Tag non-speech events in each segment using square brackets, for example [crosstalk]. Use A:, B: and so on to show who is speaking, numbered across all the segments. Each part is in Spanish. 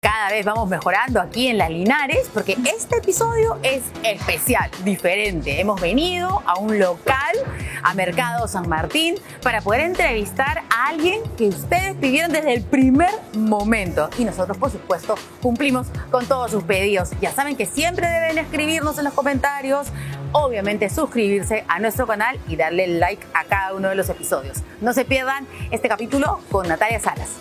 A: cada vez vamos mejorando aquí en Las Linares, porque este episodio es especial, diferente. Hemos venido a un local, a Mercado San Martín, para poder entrevistar a alguien que ustedes pidieron desde el primer momento. Y nosotros, por supuesto, cumplimos con todos sus pedidos. Ya saben que siempre deben escribirnos en los comentarios, obviamente suscribirse a nuestro canal y darle like a cada uno de los episodios. No se pierdan este capítulo con Natalia Salas.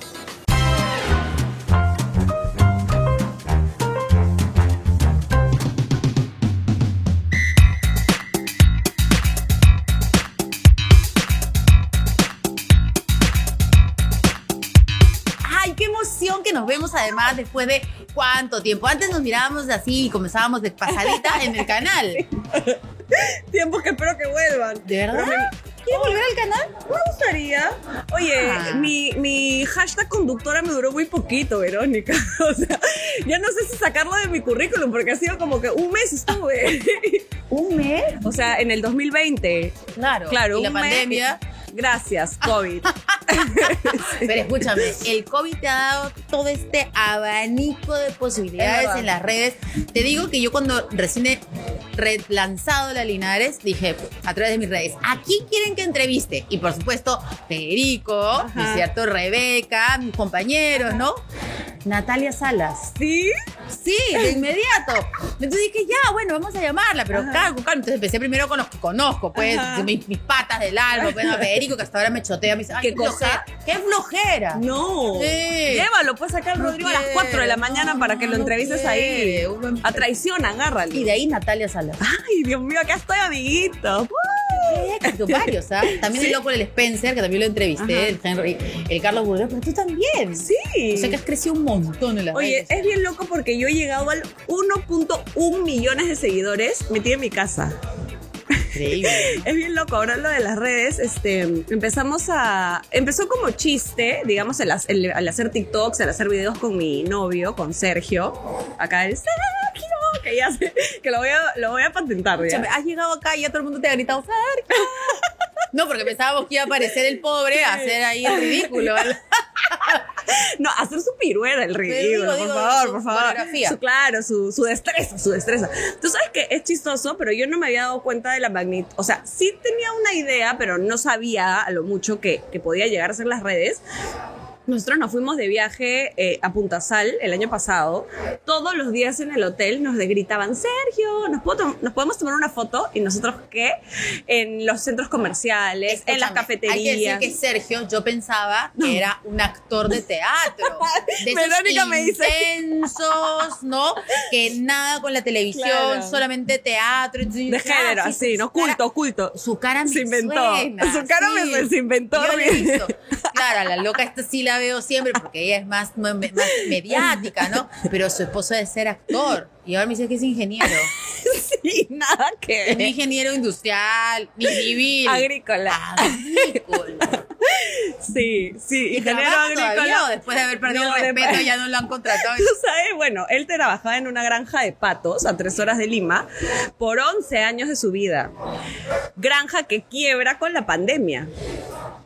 A: ¡Ay, qué emoción que nos vemos además después de cuánto tiempo! Antes nos mirábamos así y comenzábamos de pasadita en el canal. [laughs]
B: Tiempos que espero que vuelvan.
A: ¿De verdad?
B: ¿Quieres volver al canal? Me gustaría. Oye,
A: Ah.
B: mi, mi hashtag conductora me duró muy poquito, Verónica. [laughs] O sea, ya no sé si sacarlo de mi currículum porque ha sido como que un
A: [laughs]
B: mes estuve.
A: ¿Un mes?
B: O sea, en el 2020.
A: Claro.
B: Claro,
A: y la
B: un mes.
A: pandemia. Ah.
B: Gracias, COVID.
A: Pero escúchame, el COVID te ha dado todo este abanico de
B: Es
A: posibilidades
B: verdad.
A: en las redes. Te digo que yo cuando recién he relanzado la Linares, dije a través de mis redes, aquí quieren que entreviste. Y por supuesto, Federico, ¿no es cierto? Rebeca, mis compañeros, ¿no? Natalia Salas.
B: ¿Sí?
A: Sí, de inmediato. Entonces dije, ya, bueno, vamos a llamarla, pero
B: Ajá.
A: claro, claro. Entonces empecé primero con los que conozco, pues,
B: Ajá.
A: mis, mis patas del alma, pues, a Federico, que hasta ahora me chotea, me dice, ay,
B: ¿Qué
A: qué
B: cosa?
A: flojera. ¡Qué flojera!
B: No.
A: Sí.
B: Llévalo, pues acá al Rodrigo a las 4 de la mañana para que lo entrevistes ahí. A traición, agárralo.
A: Y de ahí Natalia Salas.
B: Ay, Dios mío, acá estoy, amiguito.
A: Qué éxito, varios, [laughs] ¿ah? También el loco, el Spencer, que también lo
B: Ajá.
A: entrevisté, el Henry, el Carlos Burdeos, pero tú también.
B: Sí.
A: O sea que has crecido un montón en las
B: Oye,
A: redes.
B: es bien loco porque yo he llegado al 1.1 millones de seguidores metida en mi casa.
A: [laughs] Increíble.
B: Es bien loco. Ahora lo de las redes, este, empezamos a. Empezó como chiste, digamos, el, ha- el- al hacer TikToks, al hacer videos con mi novio, con Sergio. Acá el Sergio, que ya sé, que lo voy a, lo voy a patentar. ya.
A: Escúchame, has llegado acá y ya todo el mundo te ha gritado cerca. [laughs] No, porque pensábamos que iba a aparecer el pobre a hacer ahí el ridículo.
B: No, hacer su piruera, el ridículo,
A: digo, digo,
B: por favor,
A: su
B: por favor.
A: coreografía.
B: Su, claro, su, su destreza, su destreza. Tú sabes que es chistoso, pero yo no me había dado cuenta de la magnitud. O sea, sí tenía una idea, pero no sabía a lo mucho que, que podía llegar a ser las redes. Nosotros nos fuimos de viaje eh, a Puntasal el año pasado. Todos los días en el hotel nos gritaban, Sergio, ¿nos, puedo tom- nos podemos tomar una foto? Y nosotros, ¿qué? En los centros comerciales, en las
A: Escúchame,
B: cafeterías.
A: Hay que decir que Sergio, yo pensaba que era un actor de
B: [laughs]
A: teatro. De esos
B: Verónica me dice.
A: intensos, ¿no? Que nada con la televisión,
B: Claro.
A: solamente teatro. Entonces yo
B: de
A: dije,
B: género,
A: ah, sí,
B: así,
A: su
B: ¿no?
A: cara-
B: Culto, oculto.
A: Su cara me
B: Se inventó.
A: suena,
B: Su cara me suena, se inventó.
A: Yo la he visto. Claro, a la loca esta sí la veo siempre porque ella es más, más mediática, ¿no? Pero su esposo debe ser actor. Y ahora me dice que es ingeniero.
B: [laughs] Sí, nada
A: Es
B: que [laughs]
A: un
B: ver.
A: ingeniero industrial, ni civil.
B: Agrícola.
A: Agrícola.
B: Sí, sí,
A: Ah. ¿Y
B: ingeniero
A: trabaja todavía o
B: agrícola.
A: después de haber perdido
B: No,
A: el
B: de-
A: respeto ya no lo han
B: [laughs]
A: contratado?
B: Tú sabes, bueno, él trabajaba en una granja de patos a tres horas de Lima por 11 años de su vida. Granja que quiebra con la pandemia.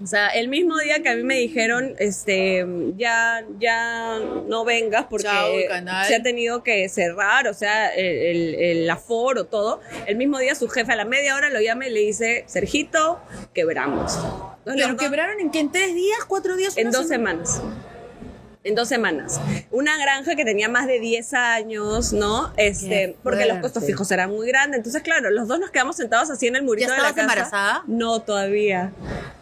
B: O sea, el mismo día que a mí me dijeron, este, ya, ya no vengas porque
A: Chao, el canal.
B: se ha tenido que cerrar, o sea, el, el- el aforo, todo. El mismo día su jefe a la media hora lo llama y le dice, Sergito, quebramos. Entonces,
A: Pero
B: los dos-
A: quebraron en que en tres días, cuatro días,
B: en
A: una
B: dos
A: semana.
B: semanas. En dos semanas. Una granja que tenía más de 10 años, ¿no?
A: Qué
B: Este, porque los
A: fuerte.
B: costos fijos eran muy grandes. Entonces, claro, los dos nos quedamos sentados así en el murito
A: ¿Ya
B: de la casa.
A: estabas embarazada?
B: No, todavía.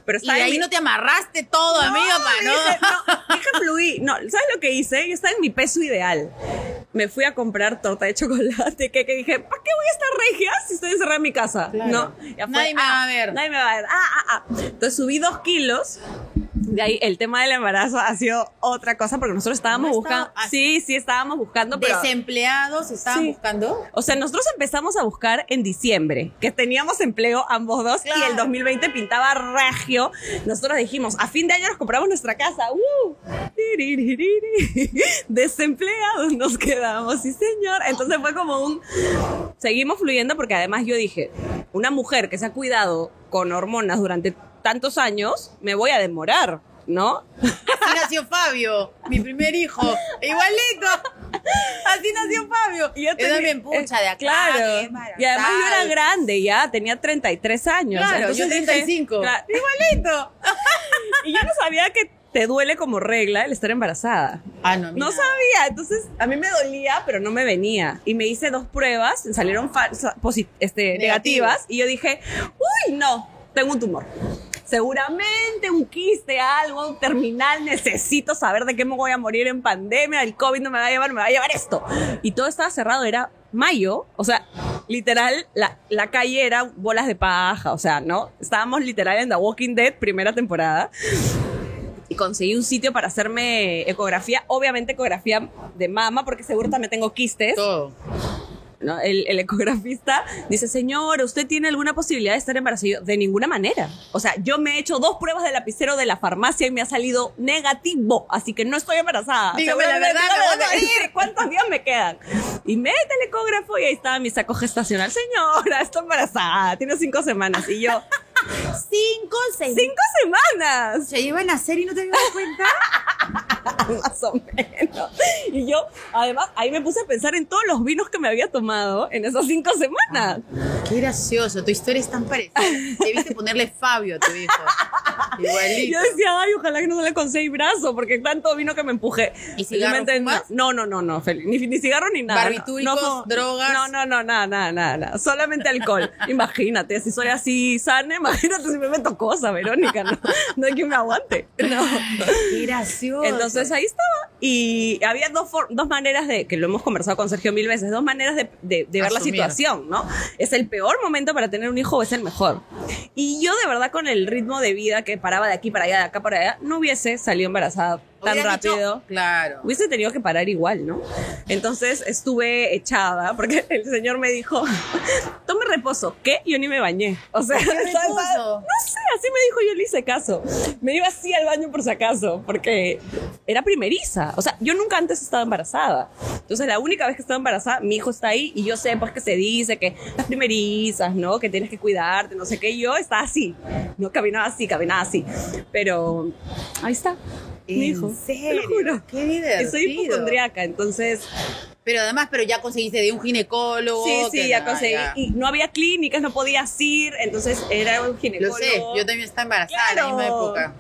B: Pero
A: Y
B: estaba
A: de
B: en
A: ahí
B: mi-
A: no te amarraste todo, amiga, para no.
B: dije,
A: [laughs]
B: no, dije, fluí. No, ¿sabes lo que hice? Yo estaba en mi peso ideal. Me fui a comprar torta de chocolate, que, que dije, ¿para qué voy a estar regia si estoy encerrada en mi casa?
A: Claro.
B: No, ya fue,
A: Nadie me va a ver.
B: Nadie me va a ver. Ah, ah, ah. Entonces subí dos kilos. De ahí el tema del embarazo ha sido otra cosa porque nosotros estábamos
A: No estaba-
B: buscando. Sí, sí, estábamos buscando, pero.
A: Desempleados estaban
B: Sí.
A: buscando.
B: O sea, nosotros empezamos a buscar en diciembre, que teníamos empleo ambos dos y
A: Claro.
B: el 2020 pintaba regio. Nosotros dijimos, a fin de año nos compramos nuestra casa. ¡Uh! Tiririri. Desempleados nos quedamos, sí señor. Entonces fue como un... Seguimos fluyendo porque además yo dije, una mujer que se ha cuidado con hormonas durante tantos años, me voy a demorar, ¿no? [laughs]
A: Así nació Fabio, mi primer hijo. Igualito. Así nació Fabio.
B: [laughs] Y yo
A: Yo
B: tenía- eh,
A: también, pucha, de acá.
B: Claro.
A: bien barato.
B: Y además yo era grande ya, tenía 33 años.
A: Claro,
B: Entonces
A: yo
B: dije,
A: 35.
B: "Claro, igualito. [laughs] y yo no sabía que te duele como regla el estar embarazada.
A: Ah, no, mira.
B: No sabía, entonces a mí me dolía, pero no me venía. Y me hice dos pruebas, salieron falsa- posi- este,
A: Negativas.
B: negativas, y yo dije, uy, no, tengo un tumor. Seguramente un quiste, algo terminal, necesito saber de qué me voy a morir en pandemia, el COVID no me va a llevar, me va a llevar esto. Y todo estaba cerrado, era mayo, o sea, literal, la, la calle era bolas de paja, o sea, ¿no? Estábamos literal en The Walking Dead, primera temporada y conseguí un sitio para hacerme ecografía, obviamente ecografía de mama, porque seguro también tengo quistes.
A: Todo.
B: ¿no? El, el ecografista dice, señor, ¿usted tiene alguna posibilidad de estar embarazada? Y yo, De ninguna manera. O sea, yo me he hecho dos pruebas de lapicero de la farmacia y me ha salido negativo, así que no estoy embarazada.
A: Dígame la
B: Seguramente
A: verdad,
B: no
A: me voy a
B: van
A: morir.
B: decir [laughs] ¿Cuántos días me quedan? Y mete el ecógrafo y ahí estaba mi saco gestacional. Señora, estoy embarazada, tiene cinco semanas. Y yo, [laughs]
A: Cinco, seis.
B: ¡cinco semanas!
A: Se llevan a hacer y no te das cuenta.
B: [laughs] más o menos. Y yo, además, ahí me puse a pensar en todos los vinos que me había tomado en esas cinco semanas.
A: Qué gracioso, tu historia es tan parecida. Debiste ponerle Fabio a tu hijo.
B: Y
A: Igualito.
B: yo decía, ay, ojalá que no salga con seis brazos, porque tanto vino que me empujé.
A: ¿Y cigarro
B: Felizmente no-
A: fumas?
B: No, no, no, no, Feli- Ni, ni cigarro ni nada.
A: ¿Barbitúricos,
B: No, no,
A: drogas?
B: No, no, no, nada, nada, nada, nada.
A: [laughs]
B: Solamente alcohol. imagínate, si soy así sana, imagínate si me meto cosa, Verónica, no, no hay quien me aguante. No.
A: Qué gracioso.
B: Entonces ahí estaba. Y había dos, for- dos maneras de, que lo hemos conversado con Sergio mil veces, dos maneras de, de- de ver la
A: Asumir.
B: situación, ¿no? ¿Es el peor momento para tener un hijo o es el mejor? Y yo de verdad con el ritmo de vida que paraba de aquí para allá, de acá para allá, no hubiese salido embarazada tan
A: Hubieras dicho-
B: rápido.
A: claro.
B: Hubiese tenido que parar igual, ¿no? Entonces estuve echada porque [laughs] el señor me dijo, tome reposo. ¿Qué? Yo ni me bañé. O sea, ¿sabes?
A: reposo?
B: no sé, así me dijo, yo le hice caso. Me iba así al baño por si acaso, porque era primeriza. O sea, yo nunca antes estaba embarazada. Entonces la única vez que estaba embarazada, mi hijo está ahí y yo sé pues que se dice que las primerizas, ¿no? Que tienes que cuidarte, no sé qué. Y yo estaba así, no caminaba así, caminaba así. Pero ahí está. Mi hijo,
A: ¿En
B: te
A: serio?
B: lo juro.
A: Qué divertido.
B: Y soy hipocondriaca, entonces
A: Pero además, pero ya conseguiste de un ginecólogo.
B: sí, sí,
A: que
B: ya
A: nada,
B: conseguí.
A: ya.
B: Y no había clínicas, no podías ir, entonces era un
A: Lo
B: ginecólogo.
A: sé, yo también estaba embarazada en la misma
B: Claro.
A: época.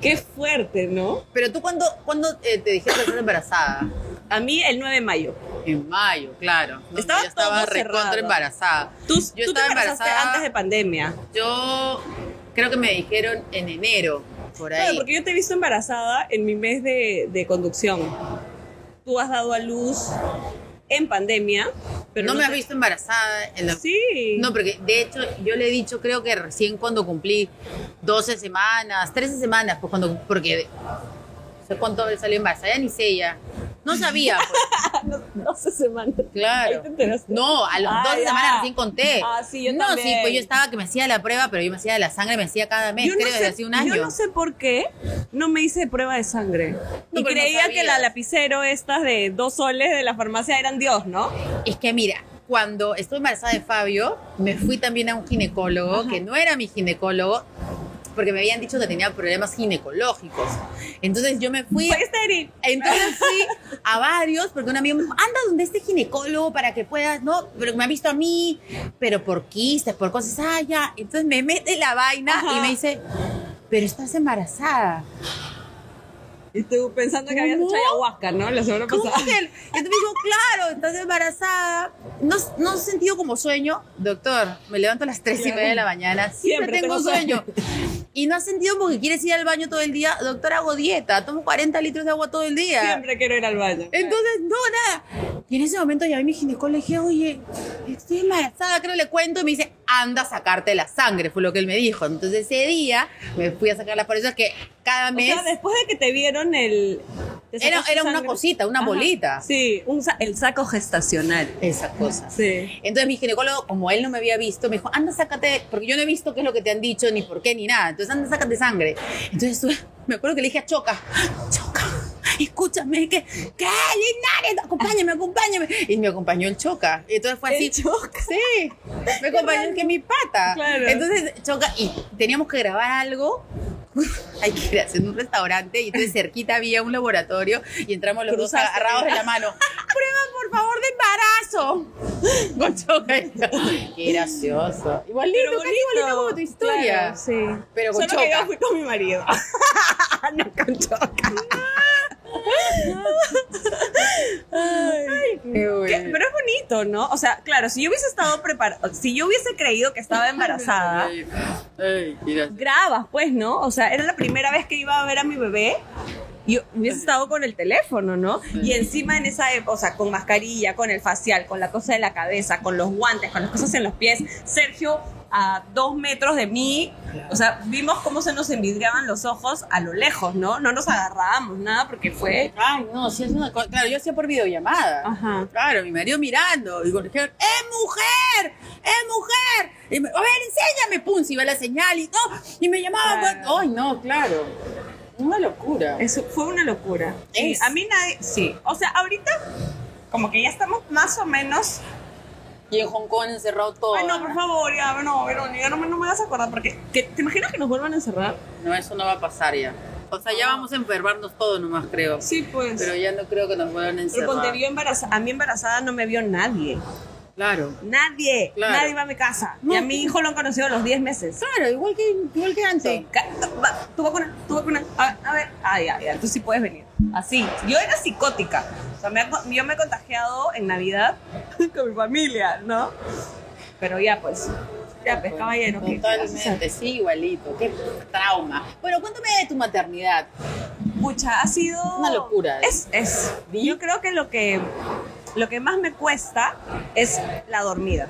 B: Qué fuerte, ¿no?
A: Pero tú, ¿cuándo, cuándo eh, te dijeron que estás embarazada?
B: A mí el 9 de mayo.
A: En mayo, claro. No,
B: Estaba
A: yo estaba
B: todo cerrado.
A: recontra embarazada.
B: Tú,
A: Yo
B: tú te
A: estaba
B: embarazaste
A: embarazada.
B: antes de pandemia.
A: Yo creo que me dijeron en enero, por ahí.
B: Claro, porque yo te he visto embarazada en mi mes de, de conducción. Tú has dado a luz en pandemia, pero
A: no, me has
B: te-
A: visto embarazada en la...
B: Sí. [laughs]
A: No, porque de hecho yo le he dicho, creo que recién cuando cumplí 12 semanas, 13 semanas, pues cuando, porque no sé cuánto salió embarazada, ya ni sé ya. No sabía,
B: [laughs]
A: pues,
B: 12 semanas. Ahí
A: claro.
B: te enteraste.
A: No, a las
B: Ah,
A: 12
B: ya.
A: semanas recién conté.
B: Ah, sí, yo
A: no, sí,
B: también.
A: pues yo estaba que me hacía la prueba, pero yo me hacía la sangre, me hacía cada mes,
B: Yo
A: creo,
B: no, sé,
A: desde hace un año.
B: yo no sé por qué no me hice prueba de sangre. y
A: pero no
B: creía que
A: sabías.
B: la lapicero estas de dos soles de la farmacia eran Dios, ¿no?
A: Es que mira, cuando estuve embarazada de Fabio, me fui también a un ginecólogo, que no era mi ginecólogo, porque me habían dicho que tenía problemas ginecológicos. Entonces yo me fui...
B: Soy estéril.
A: Entonces fui a varios, porque un amigo me dijo, anda donde este ginecólogo para que puedas, ¿no? Pero me ha visto a mí, pero por quistes, por cosas, ah, ya. Entonces me mete la vaina
B: Ajá.
A: y me dice, pero estás embarazada.
B: Y tú pensando que habías
A: ¿Cómo?
B: hecho ayahuasca, ¿no? La semana
A: ¿Cómo
B: pasada.
A: que? el- Entonces me dijo, claro, estás embarazada. No, no has sentido como sueño. Doctor, me levanto a las 3 y
B: Claro.
A: media de la mañana. Siempre,
B: Siempre
A: tengo
B: tengo
A: sueño. Y no has sentido porque quieres ir al baño todo el día. Doctor, hago dieta. Tomo 40 litros de agua todo el día.
B: [laughs] Siempre quiero ir al baño.
A: Entonces, no, nada. Y en ese momento ya mi ginecólogo le dije, oye, estoy embarazada, creo le cuento. Y me dice, anda a sacarte la sangre, fue lo que él me dijo. Entonces ese día me fui a sacar las por eso es que cada
B: o
A: mes
B: sea, después de que te vieron el... te
A: era,
B: sacaste
A: era una
B: sangre.
A: cosita, una
B: Ajá.
A: bolita.
B: Sí, un sa- el saco gestacional.
A: Esa cosa.
B: Sí.
A: Entonces mi ginecólogo, como él no me había visto, me dijo, anda, sácate, porque yo no he visto qué es lo que te han dicho, ni por qué, ni nada. Entonces, anda, sácate sangre. Entonces, [laughs] tú- me acuerdo que le dije a Choca, Choca, escúchame, que, ¿qué? Linares, acompáñame, acompáñame. Y me acompañó el Choca. Y entonces fue así.
B: El choc.
A: Sí, me acompañó el que mi pata.
B: Claro.
A: Entonces choca y teníamos que grabar algo. Hay que ir a hacer un restaurante y entonces cerquita había un laboratorio y entramos los
B: Cruzaste.
A: dos agarrados de la mano. Prueba, por
B: [laughs] caso. Concho Gallo.
A: Qué gracioso. Igualito,
B: Pero
A: casi
B: bonito.
A: igualito como tu historia.
B: Claro, sí.
A: Pero con
B: Solo que
A: Choca.
B: yo fui con mi marido. [laughs] no con Choca.
A: Qué
B: Que-
A: bueno.
B: pero es bonito, ¿no? O sea, claro, si yo hubiese estado preparada, si yo hubiese creído que estaba
A: [laughs]
B: embarazada,
A: Ay, qué gracioso.
B: grabas, pues, ¿no? O sea, era la primera vez que iba a ver a mi bebé. Y hubiese estado con el teléfono, ¿no? Y encima en esa época, o sea, con mascarilla, con el facial, con la cosa de la cabeza, con los guantes, con las cosas en los pies. Sergio a dos metros de mí, o sea, vimos cómo se nos envidriaban los ojos a lo lejos, ¿no? No nos agarrábamos nada porque fue...
A: Ay, no, si es una cosa. Claro, yo hacía por videollamada.
B: Ajá.
A: Claro, mi marido mirando. Y con ¡Es mujer! ¡Es mujer! Y me, a ver, enséñame, pum, si va la señal y todo. Y me llamaba.
B: Claro.
A: Ay, no, claro. Una locura.
B: Eso fue una locura. Sí,
A: Es.
B: a mí nadie... Sí. O sea, ahorita como que ya estamos más o menos
A: Y en Hong Kong encerrado todo.
B: Ay, no, por favor, ya, no, Verónica, no, me- no me vas a acordar porque... ¿te, te imaginas que nos vuelvan a encerrar?
A: No, eso no va a pasar ya. O sea, ya vamos a enfermarnos todos nomás, creo.
B: Sí, pues.
A: Pero
B: Pero,
A: ya no creo que nos vuelvan a encerrar.
B: cuando yo embarazada, a mí embarazada no me vio nadie.
A: Claro.
B: Nadie.
A: Claro.
B: Nadie va a mi casa.
A: No.
B: Y a mi hijo lo han conocido a los 10 meses.
A: Claro, igual que, igual que antes.
B: Sí, ca- va, tu vacuna, tu vacuna. A ver, a ver. Ah, ya, ya, tú sí puedes venir. Así. Yo era psicótica. O sea, me ha co- yo me he contagiado en Navidad [laughs] con mi familia, ¿no? Pero ya, pues. Ya, pues, caballero. ¿qué- qué vas a hacer?
A: Totalmente, sí, igualito. Qué trauma. Bueno, cuéntame de tu maternidad.
B: Pucha, ha sido
A: Una locura, ¿eh?
B: Es, es.
A: ¿Di?
B: Yo creo que lo que lo que más me cuesta es la dormida.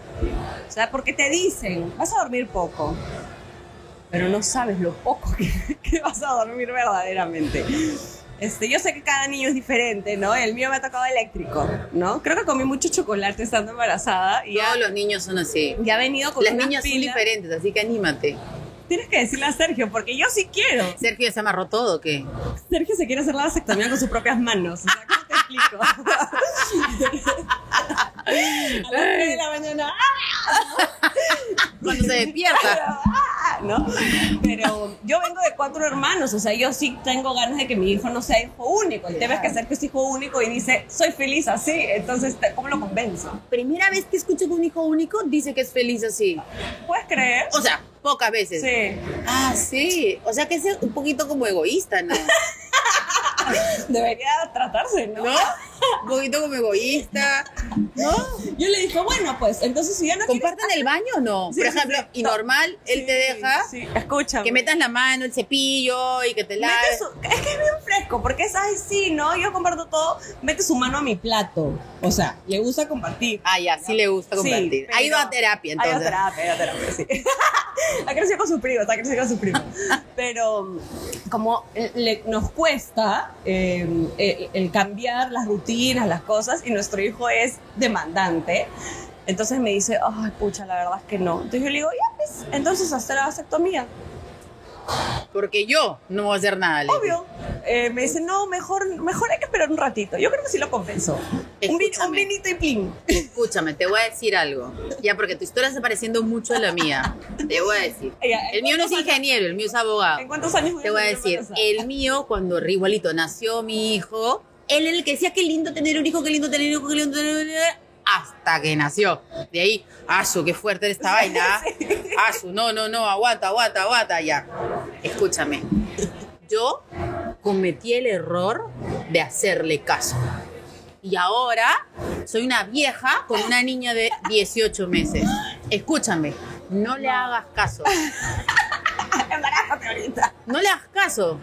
B: O sea, porque te dicen, vas a dormir poco, pero no sabes lo poco que, [laughs] que vas a dormir verdaderamente. Este, yo sé que cada niño es diferente, ¿no? El mío me ha tocado eléctrico, ¿no? Creo que comí mucho chocolate estando embarazada y ya,
A: Todos los niños son así.
B: ya ha venido con
A: Las
B: unas
A: niñas son
B: pilas.
A: diferentes, así que anímate.
B: Tienes que decirle a Sergio, porque yo sí quiero.
A: Sergio ya se amarró todo, ¿o ¿qué?
B: Sergio se quiere hacer la vasectomía con sus propias manos. O sea, ¿cómo te explico? [laughs] A las tres de la mañana,
A: Cuando se
B: [laughs]
A: despierta.
B: ¡ah! ¿no? Pero yo vengo de cuatro hermanos, o sea, yo sí tengo ganas de que mi hijo no sea hijo único. El tema es que Sergio es hijo único y dice, soy feliz así, entonces, ¿cómo lo convenzo?
A: Primera vez que escucho que un hijo único dice que es feliz así.
B: ¿Puedes creer?
A: O sea, pocas veces.
B: Sí.
A: Ah, sí. O sea que es un poquito como egoísta, ¿no?
B: Debería tratarse, ¿no?
A: ¿No? Un poquito como egoísta. ¿No?
B: Yo le dije, bueno, pues, entonces si ya no quieres-
A: ¿Comparten el baño o no?
B: Sí,
A: Por
B: sí,
A: ejemplo,
B: sí.
A: y normal, él te
B: Sí,
A: deja
B: Sí, escúchame.
A: que metas la mano, el cepillo y que te
B: Mete
A: laves.
B: su- es que es bien fresco, porque es ay sí, ¿no? Yo comparto todo, mete su mano a mi plato. O sea, le gusta compartir.
A: Ah, ya, sí le gusta
B: Sí,
A: compartir.
B: pero-
A: ha ido a terapia, entonces.
B: Ha ido a terapia, ha ido a terapia, sí. [laughs] ha crecido con su primo, está creciendo con su primo. Pero um, como le- nos cuesta eh, el, el cambiar las rutinas, las cosas, y nuestro hijo es demandante, entonces me dice, ay, pucha, la verdad es que no. Entonces yo le digo, ya, pues, entonces hacer la vasectomía.
A: Porque yo no voy a hacer nada. le digo.
B: Obvio. Eh, me dice, no, mejor, mejor hay que esperar un ratito. Yo creo que sí lo confesó. Un, vin-
A: Escúchame.
B: un vinito y plin.
A: Escúchame, te voy a decir algo. Ya, porque tu historia está pareciendo mucho a la mía. Te voy a decir.
B: Ay, ya,
A: El mío no es
B: ¿cuántos
A: ingeniero, el mío es
B: ¿En
A: abogado.
B: cuántos años
A: Te voy a decir, el mío, cuando igualito nació mi hijo, él era el que decía, qué lindo tener un hijo, qué lindo tener un hijo, qué lindo tener un hijo. Hasta que nació. De ahí, Asu, qué fuerte era esta vaina. ¿ah? Asu, no, no, no, aguanta, aguanta, aguanta, ya. Escúchame. Yo cometí el error de hacerle caso. Y ahora soy una vieja con una niña de 18 meses. Escúchame, no le hagas caso.
B: Embarázate Ah, ahorita.
A: No le hagas caso.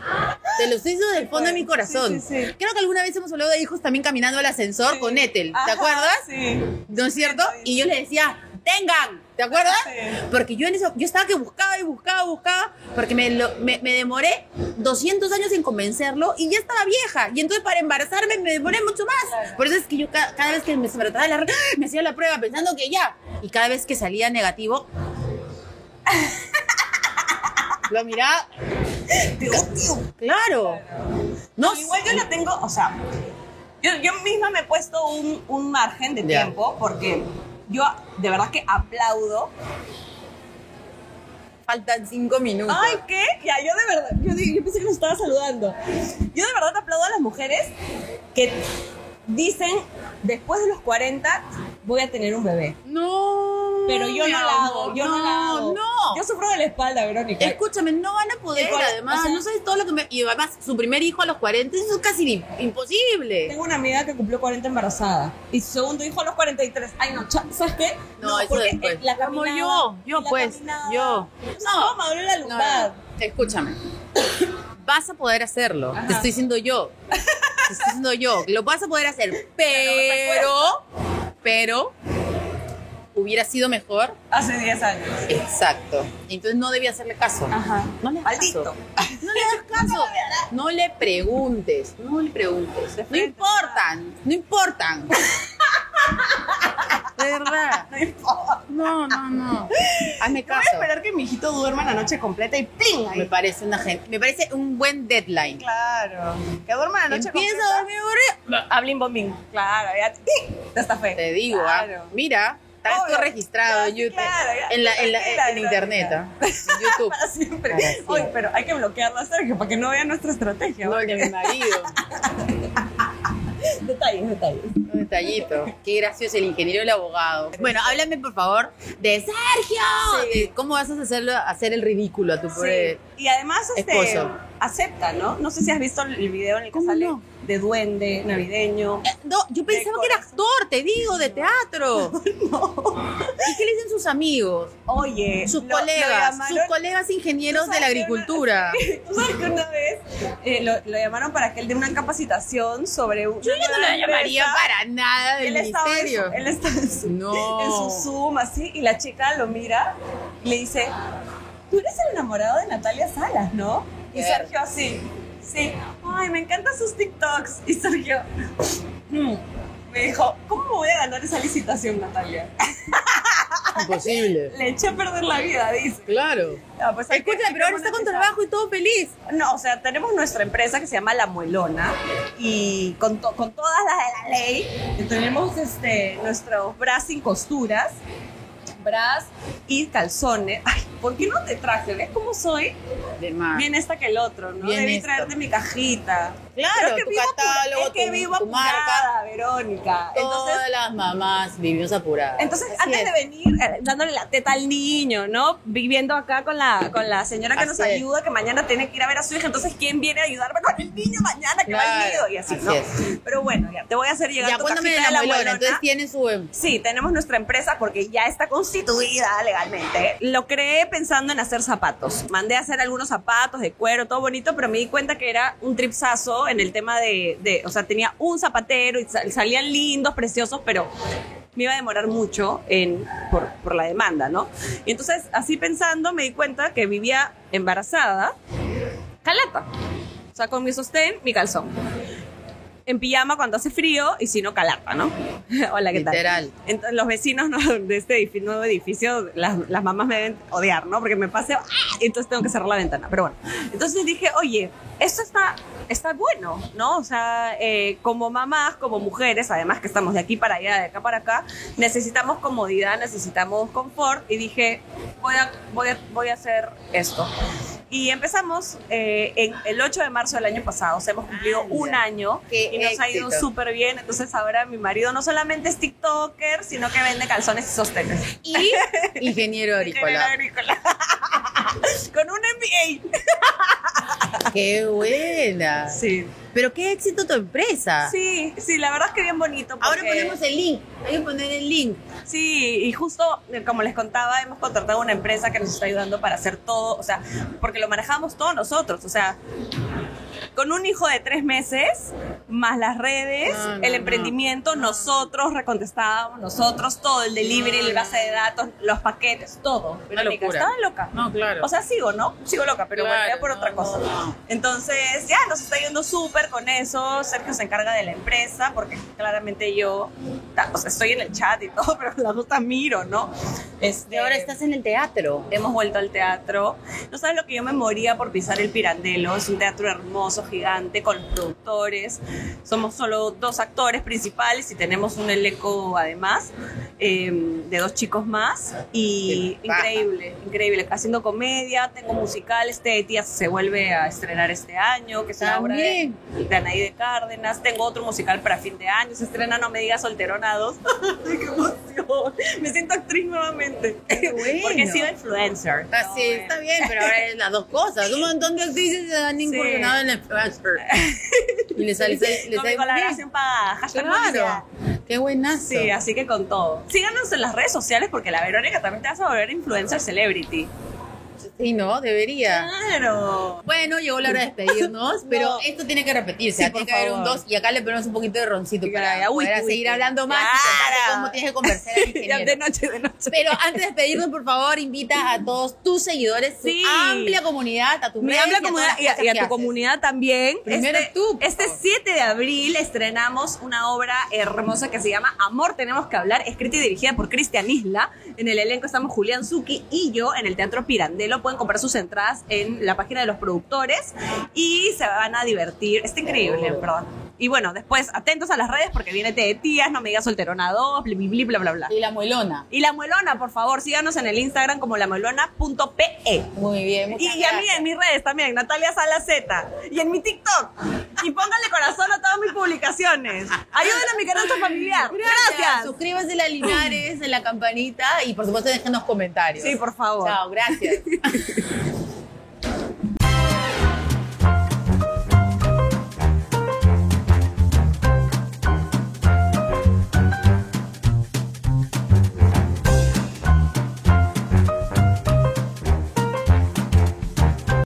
A: Te lo estoy diciendo del fondo de mi
B: Sí,
A: corazón.
B: sí, sí.
A: Creo que alguna vez hemos hablado de hijos también caminando al ascensor con Ethel. ¿Te
B: Ajá,
A: acuerdas?
B: Sí.
A: ¿No es cierto? Y yo le decía, tengan. ¿Te acuerdas?
B: Sí.
A: Porque yo en eso, yo estaba que buscaba y buscaba, buscaba, porque me, lo- me, me demoré 200 años en convencerlo y ya estaba vieja. Y entonces para embarazarme me demoré mucho más. Por eso es que yo ca- cada vez que me se me trataba de largar, [gasps] me hacía la prueba pensando que ya. Y cada vez que salía negativo, [laughs] lo miraba,
B: Te odio.
A: claro. No,
B: Igual yo la tengo, o sea, yo, yo misma me he puesto un, un margen de
A: Ya.
B: tiempo porque yo de verdad que aplaudo.
A: faltan 5 minutos.
B: Ay, ¿qué? Ya, yo de verdad, yo, digo- yo pensé que nos estaba saludando. Yo de verdad aplaudo a las mujeres que dicen, después de los 40 voy a tener un bebé.
A: No.
B: Pero yo
A: mi
B: no la hago,
A: amor,
B: yo no, la hago.
A: No.
B: Yo sufro de la espalda, Verónica.
A: Escúchame, no van a poder,
B: El cual-
A: además.
B: o sea,
A: no sabes todo lo que me. Y además, su primer hijo a los 40, eso es casi im- imposible.
B: Tengo una amiga que cumplió 40 embarazada y su segundo hijo a los 43. Ay, no, cha- ¿sabes qué?
A: No, eso
B: porque
A: después.
B: eh, la
A: Como
B: caminada,
A: yo, yo,
B: la
A: pues,
B: caminada.
A: yo.
B: O sea, ¿cómo me duele la
A: No,
B: lumbar?
A: Escúchame. Vas a poder hacerlo.
B: Ajá.
A: Te estoy diciendo yo. Te estoy diciendo yo. Lo vas a poder hacer. Pero. Pero. Hubiera sido mejor.
B: Hace 10 años.
A: Exacto. Entonces no debía hacerle caso.
B: Ajá.
A: No le hagas
B: Maldito.
A: caso. No le hagas caso. No le preguntes. No le preguntes. No
B: frente,
A: importan.
C: [laughs]
A: No importan. De verdad.
B: No importa.
A: No, no, no. Hazme
C: Voy
A: caso.
C: a esperar que mi hijito duerma la noche completa y ¡pling!
A: Me
C: Ahí.
A: parece una gen- Me parece un buen deadline.
C: Claro. Que duerma la noche
A: Empieza
C: completa.
A: a dormir aburrido.
C: Ah, bling, bom, bling.
B: Claro, ya ¡Ting! te [laughs] estafé.
A: Te digo, ah,
C: Claro.
A: mira, está esto
C: Obvio.
A: registrado en
C: Ya,
A: YouTube.
C: claro, ya.
A: en la, en, la-
C: Tranquila,
A: en internet,
C: Verónica.
A: ah, en
C: [laughs]
A: YouTube.
B: Para siempre.
A: Para siempre.
B: Oye, pero hay que bloquearla, Sergio, para que no vea nuestra estrategia.
A: No, el de mi marido.
B: Detalles, detalles.
A: Un detallito. Qué gracioso el ingeniero y el abogado. Bueno, háblame por favor de Sergio.
B: Sí.
A: De ¿Cómo vas a hacerlo, hacer el ridículo a tu pobre?
B: Sí. Y además, este,
A: esposo.
B: acepta, ¿no? No sé si has visto el video en el que
A: ¿Cómo
B: sale
A: no?
B: de duende navideño.
A: Eh, No, yo pensaba que era
B: corazón.
A: actor, te digo, de
B: [laughs]
A: teatro. ¿Y qué le dicen sus amigos?
B: Oye,
A: Sus
B: lo- lo
A: colegas, sus
B: llamaron-
A: colegas
B: ¿Tú
A: ingenieros de
B: sabes
A: la
B: que una-
A: agricultura.
B: [laughs] Tú sabes que una vez eh, lo, lo llamaron para que él dé una capacitación sobre un.
A: Yo ya no la llamaría para nada del
B: él estaba, en su,
A: ministerio.
B: él estaba en su,
A: No.
B: en su Zoom, así, y la chica lo mira y le dice: Tú eres el enamorado de Natalia Salas, ¿no? Y
A: Ver.
B: Sergio, así, sí, ay, me encantan sus TikToks. Y Sergio mm, me dijo: ¿Cómo me voy a ganar esa licitación, Natalia?
A: [laughs] Imposible.
B: Le eché a perder la vida, dice.
A: Claro.
B: Ah, pues hay que-
A: Escúchame, pero ahora está con trabajo y todo feliz.
B: No, o sea, tenemos nuestra empresa que se llama La Muelona y con, to- con todas las de la ley y tenemos este, nuestros bras sin costuras, bras y calzones. Ay, ¿por qué no te traje? ¿Ves cómo soy?
A: De más.
B: Bien esta que el otro, ¿no?
A: Ah. Bien
B: Debí
A: esta.
B: traerte mi cajita.
A: Claro,
B: Pero
A: tu
B: es que vivo apura-
A: catálogo,
B: es que
A: tu-
B: vivo
A: tu
B: apurada,
A: marca.
B: Verónica. Entonces,
A: Todas las mamás vivimos apuradas.
B: entonces,
A: Así
B: antes
A: es.
B: de venir eh, dándole la teta al niño, ¿no? Viviendo acá con la, con la señora que
A: Así
B: nos
A: es.
B: ayuda, que mañana tiene que ir a ver a su hija. Entonces, ¿quién viene a ayudarme con el niño mañana que va al
A: Claro,
B: nido? Y así,
A: así
B: ¿no?
A: es.
B: Pero bueno, ya te voy a hacer llegar
A: Ya,
B: tu
A: cuéntame de
B: cajita
A: la
B: de la
A: abuelona.
B: abuelona.
A: Entonces tiene su.
B: Sí, tenemos nuestra empresa porque ya está constituida legalmente. Lo creé pensando en hacer zapatos. Mandé a hacer algunos zapatos de cuero, todo bonito, pero me di cuenta que era un tripsazo en el tema de, de- o sea, tenía un zapatero y sal- salían lindos, preciosos, pero me iba a demorar mucho en, por, por la demanda, ¿no? Y entonces, así pensando, me di cuenta que vivía embarazada, calata. O sea, con mi sostén, mi calzón. En pijama cuando hace frío y si no, calata, ¿no? [laughs] Hola, ¿qué tal? [laughs]
A: Literal.
B: Entonces, los vecinos ¿no? [laughs] de este edifi- nuevo edificio, las, las mamás me deben odiar, ¿no? Porque me paseo, ¡ah! y entonces tengo que cerrar la ventana. Pero bueno, entonces dije, oye, esto está, está bueno, ¿no? O sea, eh, como mamás, como mujeres, además que estamos de aquí para allá, de acá para acá, necesitamos comodidad, necesitamos confort, y dije, voy a, voy a, voy a hacer esto. Y empezamos eh, en el 8 de marzo del año pasado, o sea, hemos cumplido
A: Anda.
B: un año
A: Qué
B: y nos ha ido
A: éxito.
B: súper bien. Entonces ahora mi marido no solamente es TikToker, sino que vende calzones y sostenes.
A: Y ingeniero agrícola.
B: Agrícola. [laughs] Con un MBA.
A: Qué buena.
B: Sí.
A: Pero qué éxito tu empresa.
B: Sí, sí, la verdad es que bien bonito.
A: Ahora
B: porque-
A: ponemos el link. Hay que poner el link.
B: Sí, y justo eh, como les contaba, hemos contratado una empresa que nos está ayudando para hacer todo, o sea, porque lo manejamos todos nosotros, o sea, con un hijo de tres meses, más las redes,
A: No, no,
B: el
A: no.
B: emprendimiento, nosotros recontestábamos, nosotros todo, el delivery, el base de datos, los paquetes, todo. Verónica,
A: locura.
B: estaba loca.
A: No, claro.
B: O sea, sigo, ¿no? Sigo loca, pero
A: Claro,
B: bueno, ya por
A: no,
B: otra cosa.
A: no, no.
B: Entonces, ya nos está yendo súper con eso. Sergio se encarga de la [laughs] empresa, porque claramente yo ta- o sea, estoy en el chat y todo, pero la nota miro, ¿no?
D: Y
B: Este,
D: ahora estás en el teatro.
B: Hemos vuelto al teatro. No sabes lo que yo me moría por pisar el Pirandelo. Es un teatro hermoso, gigante, con los productores. Somos solo dos actores principales y tenemos un elenco además eh, de dos chicos más. Y
E: Qué paja.
B: increíble, increíble. Haciendo comedia, tengo musical. Este Tía se vuelve a estrenar este año, que es una obra de,
D: También.
B: de Anaí de Cárdenas. Tengo otro musical para fin de año. Se estrena No me digas solterona 2. [laughs] ¡Ay, qué emoción! Me siento actriz nuevamente.
D: Qué bueno.
B: [laughs] Porque he sido influencer.
A: Ah, sí,
B: No, eh.
A: está bien, pero ahora es las dos cosas. Un montón de actrices se han incursionado en la influencer.
B: [laughs]
A: Y les sale, les
B: eh, Con mi
A: sale
B: colaboración para hashtag publicidad.
A: Claro, Ah, qué buenazo.
B: Sí, así que con todo. Síganos en las redes sociales porque la Verónica también te vas a volver influencer celebrity.
A: Sí, no, debería.
B: Claro.
A: Bueno, llegó la hora de despedirnos, pero
B: [laughs] No.
A: esto tiene que repetirse. tiene
B: Sí, por
A: que haber un
B: favor.
A: dos y acá le ponemos un poquito de roncito
B: Ya,
A: para,
B: ya, wiki,
A: poder
B: wiki.
A: seguir hablando más y contarle
B: Claro.
A: cómo tienes que conversar al
B: [laughs] [laughs] Ya,
A: ingeniero.
B: de noche, de noche.
A: Pero antes de despedirnos, por favor, invita a todos tus seguidores,
B: Sí.
A: tu amplia comunidad, a tu
B: Mi
A: redes
B: amplia
A: y a todas
B: comunidad
A: las
B: y a,
A: cosas
B: y a
A: que
B: tu
A: haces.
B: comunidad también.
A: Primero
B: este,
A: tú, por
B: Este
A: favor.
B: 7 de abril estrenamos una obra hermosa que se llama Amor Tenemos que Hablar, escrita y dirigida por Cristian Isla. En el elenco estamos Julián Zucchi y yo en el Teatro Pirandelo. Pueden comprar sus entradas en la página de los productores y se van a divertir. Está increíble,
A: Oh.
B: en verdad. Y bueno, después atentos a las redes porque viene Te de Tías, No Me Digas Solterona 2, bli, bli, bli, bla, bla, bla.
A: Y la muelona.
B: Y La Muelona, por favor, síganos en el Instagram como lamuelona.pe.
A: Muy bien, muchas
B: Y, a mí
A: gracias.
B: en mis redes también, Natalia Sala Z. Y en mi TikTok. Y pónganle corazón a todas mis publicaciones. Ayúdenme a mi canasta familiar. Gracias.
A: Suscríbanse a Linares en la campanita y por supuesto déjenos comentarios.
B: Sí, por favor.
A: Chao, gracias.